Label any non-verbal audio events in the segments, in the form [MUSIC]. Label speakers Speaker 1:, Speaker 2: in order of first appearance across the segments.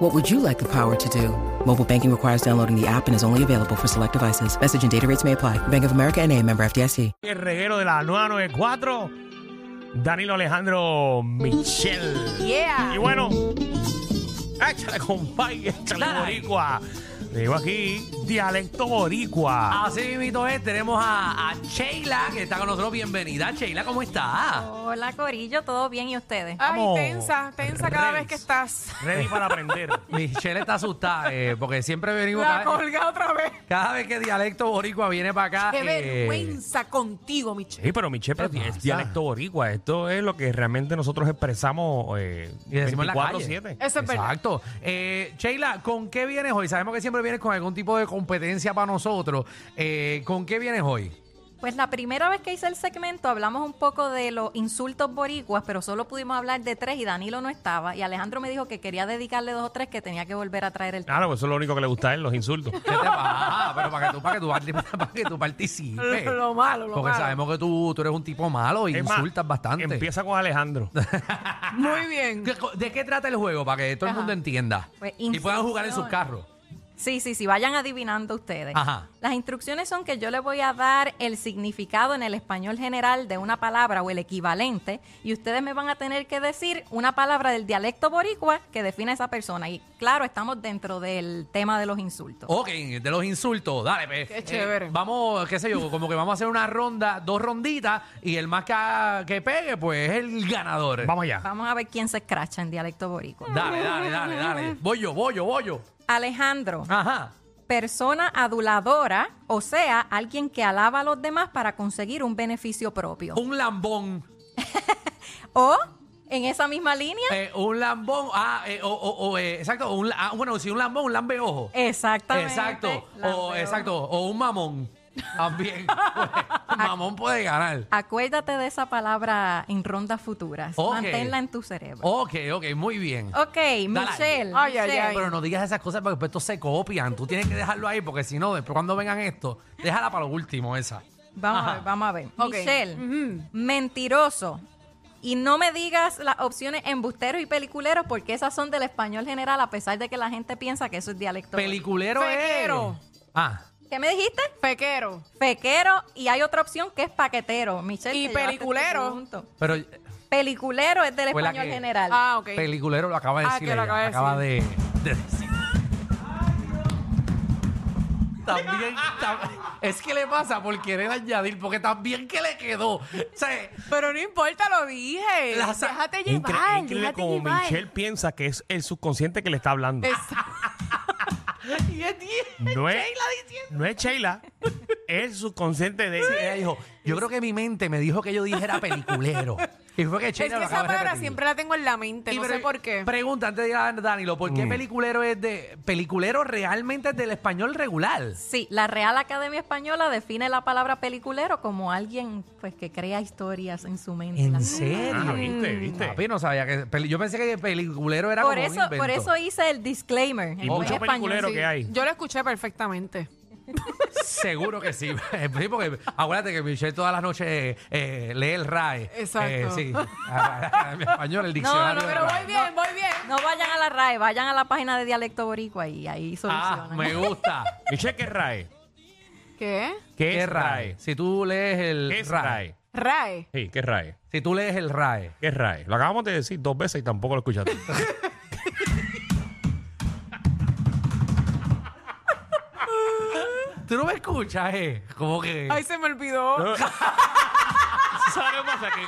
Speaker 1: What would you like the power to do? Mobile banking requires downloading the app and is only available for select devices. Message and data rates may apply. Bank of America and a member FDIC.
Speaker 2: El reguero de la 994, Danilo Alejandro Michel.
Speaker 3: Yeah.
Speaker 2: Y bueno, échale compay, échale
Speaker 3: Dale.
Speaker 2: boricua. Digo aquí, dialecto boricua.
Speaker 3: Así mismo es, tenemos a, a Sheila que está con nosotros. Bienvenida, Sheila, ¿cómo está?
Speaker 4: [LAUGHS]
Speaker 5: Hola Corillo, ¿todo bien y ustedes?
Speaker 4: Ay,
Speaker 2: Vamos.
Speaker 4: tensa, tensa cada
Speaker 3: Reyes.
Speaker 4: vez que estás.
Speaker 2: Ready para aprender.
Speaker 3: Michelle está asustada eh, porque siempre venimos. Cada,
Speaker 4: La colga otra vez.
Speaker 3: cada vez que dialecto boricua viene para
Speaker 2: Ah,
Speaker 3: acá.
Speaker 4: Qué
Speaker 3: eh,
Speaker 4: vergüenza contigo,
Speaker 2: [LAUGHS]
Speaker 4: Michelle.
Speaker 2: Sí, pero Michel, pero
Speaker 3: ¿Qué
Speaker 2: es
Speaker 3: pasa?
Speaker 2: dialecto boricua. Esto es lo que realmente nosotros expresamos eh,
Speaker 3: Y decimos en la calle.
Speaker 2: 24/7.
Speaker 4: Eso es verdad.
Speaker 3: Exacto. Eh, Sheila, ¿con qué vienes hoy? Sabemos que siempre vienes con algún tipo de competencia para nosotros. Eh, ¿Con qué vienes hoy?
Speaker 5: Pues la primera vez que hice el segmento hablamos un poco de los insultos boricuas, pero solo pudimos hablar de tres y Danilo no estaba. Y Alejandro me dijo que quería dedicarle dos o tres que tenía que volver a traer el tema.
Speaker 2: Claro, pues eso es lo único que le gusta a él, los [LAUGHS] insultos.
Speaker 3: ¿Qué te
Speaker 4: [LAUGHS]
Speaker 3: pasa? Pero para que tú, para que [LAUGHS] tú, para que tú participes.
Speaker 4: Lo, lo malo, lo
Speaker 3: Porque
Speaker 4: malo.
Speaker 3: sabemos que tú, tú eres un tipo malo y
Speaker 2: Es más,
Speaker 3: insultas bastante.
Speaker 2: Empieza con Alejandro.
Speaker 4: Muy bien.
Speaker 3: ¿De, de qué trata el juego? Para que todo el
Speaker 4: Ajá.
Speaker 3: mundo entienda.
Speaker 5: Pues,
Speaker 3: y puedan jugar en sus
Speaker 5: instrucciones.
Speaker 3: carros.
Speaker 5: Sí, sí, sí, vayan adivinando ustedes.
Speaker 3: Ajá.
Speaker 5: Las instrucciones son que yo les voy a dar el significado en el español general de una palabra o el equivalente y ustedes me van a tener que decir una palabra del dialecto boricua que define a esa persona. Y claro, estamos dentro del tema de los insultos.
Speaker 3: Ok, de los insultos. Dale, pues.
Speaker 4: Qué chévere.
Speaker 3: vamos, qué sé yo, como que vamos a hacer una ronda, dos ronditas, y el más que, que pegue, pues es el ganador.
Speaker 2: Vamos allá.
Speaker 5: Vamos a ver quién se escracha en dialecto boricua.
Speaker 3: Dale, dale, dale, dale. Voy yo, voy yo, voy yo.
Speaker 5: Alejandro,
Speaker 3: Ajá.
Speaker 5: persona aduladora, o sea, alguien que alaba a los demás para conseguir un beneficio propio.
Speaker 3: Un lambón.
Speaker 5: O, en esa misma línea,
Speaker 3: Eh, un lambón. Ah, eh, o, o- o, eh, exacto. un la- ah, bueno, si un lambón, un lambeojo.
Speaker 5: exactamente.
Speaker 3: Exacto. O,
Speaker 5: lambeo.
Speaker 3: exacto. O un mamón. También. Pues, mamón puede ganar.
Speaker 5: Acuérdate de esa palabra en rondas futuras.
Speaker 3: Ok. Oh.
Speaker 5: Manténla en tu cerebro.
Speaker 3: Ok, ok, muy bien.
Speaker 5: Ok, Michelle.
Speaker 4: Ay, ay,
Speaker 5: Michelle.
Speaker 4: ay.
Speaker 3: Pero no digas esas cosas porque después estos se copian. Tú tienes que dejarlo ahí porque si no, después cuando vengan esto, déjala para lo último esa.
Speaker 5: Vamos a ver, vamos a ver.
Speaker 4: Ok.
Speaker 5: Michelle, mentiroso. Y no me digas las opciones embusteros y peliculeros porque esas son del español general a pesar de que la gente piensa que eso es dialecto.
Speaker 3: Peliculero
Speaker 4: Fequero.
Speaker 3: es. Ah,
Speaker 5: ¿Qué me dijiste?
Speaker 4: Fequero.
Speaker 5: Fequero y hay otra opción que es paquetero, Michelle.
Speaker 4: Y
Speaker 5: te llevaste este
Speaker 4: peliculero.
Speaker 5: punto.
Speaker 3: pero eh,
Speaker 5: Peliculero es del
Speaker 3: Fue la
Speaker 5: español
Speaker 3: que-
Speaker 5: general.
Speaker 4: Ah, ok.
Speaker 3: peliculero lo acaba de
Speaker 4: Ah,
Speaker 3: decir.
Speaker 4: que lo
Speaker 3: ella, acaba
Speaker 4: acaba de
Speaker 3: de, de decir. También, tam- es que le pasa por querer añadir, porque también que le quedó. O sea,
Speaker 4: Pero no importa, lo dije.
Speaker 3: La sa-
Speaker 4: déjate
Speaker 2: Es incre-
Speaker 4: llevar,
Speaker 2: es increíble
Speaker 4: déjate
Speaker 2: como
Speaker 4: llevar.
Speaker 2: Michelle piensa que es el subconsciente que le está hablando.
Speaker 4: Exacto. y es diez.
Speaker 2: No es,
Speaker 4: Sheila diciendo.
Speaker 2: no es Sheila, es el subconsciente de
Speaker 3: ella dijo, yo creo que mi mente me dijo que yo dijera peliculero. Y fue que
Speaker 4: Es
Speaker 3: Sheila
Speaker 4: que
Speaker 3: lo
Speaker 4: esa
Speaker 3: acaba de
Speaker 4: palabra
Speaker 3: repetir.
Speaker 4: siempre la tengo en la mente,
Speaker 3: Y
Speaker 4: no
Speaker 3: pero-
Speaker 4: sé por qué.
Speaker 3: Pregunta antes de ir a Danilo, ¿por qué peliculero es de. Peliculero realmente es del español regular?
Speaker 5: Sí, la Real Academia Española define la palabra peliculero como alguien pues que crea historias en su mente.
Speaker 3: ¿En
Speaker 5: Las-
Speaker 2: Ah,
Speaker 3: serio?
Speaker 2: viste, viste.
Speaker 3: Papi, no sabía que. peli- Yo pensé que peliculero era
Speaker 5: Por
Speaker 3: como un
Speaker 5: eso, por
Speaker 3: invento.
Speaker 5: eso hice el disclaimer.
Speaker 2: Y
Speaker 5: en
Speaker 2: mucho
Speaker 5: español,
Speaker 2: peliculero
Speaker 5: sí.
Speaker 2: que hay.
Speaker 4: Yo lo escuché perfectamente.
Speaker 3: [LAUGHS] Seguro que sí. Sí, porque acuérdate que Michelle todas las noches eh, lee el RAE.
Speaker 4: Exacto.
Speaker 3: Eh, sí. En español, el
Speaker 5: no,
Speaker 3: diccionario. del
Speaker 4: Pero
Speaker 3: RAE.
Speaker 4: voy bien, voy bien.
Speaker 5: No vayan a la RAE, vayan a la página de Dialecto Boricua y ahí
Speaker 3: Ah,
Speaker 5: solucionan.
Speaker 3: me gusta.
Speaker 2: Michelle, ¿qué es RAE?
Speaker 4: ¿Qué?
Speaker 2: ¿Qué
Speaker 3: [LAUGHS] ¿Qué
Speaker 2: es
Speaker 3: RAE?
Speaker 2: RAE?
Speaker 3: Si tú lees el
Speaker 2: ¿Qué es RAE?
Speaker 4: Rae.
Speaker 2: Sí, ¿qué es RAE?
Speaker 3: Si tú lees el RAE.
Speaker 2: ¿Qué es RAE? Lo acabamos de decir dos veces y tampoco lo [LAUGHS] escuchaste.
Speaker 3: Tú no me escuchas, eh. Como que.
Speaker 4: [LAUGHS] Ay, se me olvidó.
Speaker 2: No. ¿Sabes lo que pasa? Que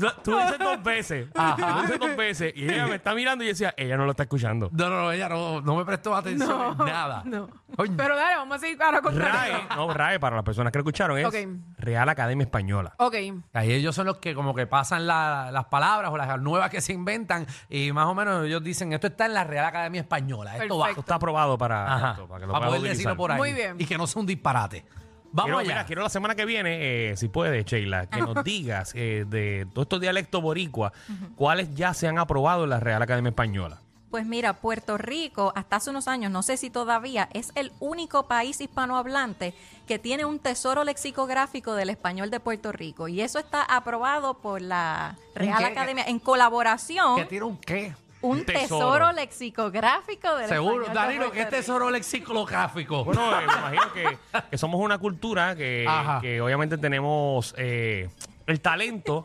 Speaker 2: la- tú dices dos veces.
Speaker 3: Ajá.
Speaker 2: Tú dices dos veces. Y ella me está mirando y yo decía, ella no lo está escuchando.
Speaker 3: No, no, no, ella no, no me prestó atención en nada.
Speaker 4: No.
Speaker 3: Coño.
Speaker 4: Pero dale, vamos a seguir ahora con
Speaker 2: RAE, no, RAE, para las personas que lo escucharon, es
Speaker 4: Ok.
Speaker 2: Real Academia Española.
Speaker 4: Ok.
Speaker 3: Ahí ellos son los que como que pasan la- las palabras o las nuevas que se inventan y más o menos ellos dicen, esto está en la Real Academia Española, esto
Speaker 2: Esto
Speaker 3: va.
Speaker 4: Perfecto.
Speaker 2: está aprobado para,
Speaker 3: Ajá,
Speaker 2: esto, para que lo
Speaker 3: para
Speaker 2: puedas
Speaker 3: poder
Speaker 2: utilizar.
Speaker 3: decirlo por ahí.
Speaker 4: Muy bien.
Speaker 3: Y que no sea un disparate. Vamos
Speaker 2: quiero,
Speaker 3: allá.
Speaker 2: mira, quiero la semana que viene, eh, si puedes, Sheila, que nos digas eh, de todos estos dialectos boricua, cuáles ya se han aprobado en la Real Academia Española.
Speaker 5: Pues mira, Puerto Rico, hasta hace unos años, no sé si todavía, es el único país hispanohablante que tiene un tesoro lexicográfico del español de Puerto Rico. Y eso está aprobado por la Real
Speaker 3: ¿Qué?
Speaker 5: Academia en colaboración.
Speaker 3: ¿Qué tira un qué?
Speaker 5: Un tesoro,
Speaker 2: Tesoro.
Speaker 5: lexicográfico del
Speaker 3: Seguro,
Speaker 5: español de
Speaker 3: Danilo, ¿qué es
Speaker 5: Puerto Rico.
Speaker 3: tesoro lexicográfico?
Speaker 2: Bueno, eh, me imagino que, que somos una cultura que,
Speaker 3: Ajá.
Speaker 2: que obviamente tenemos eh, el talento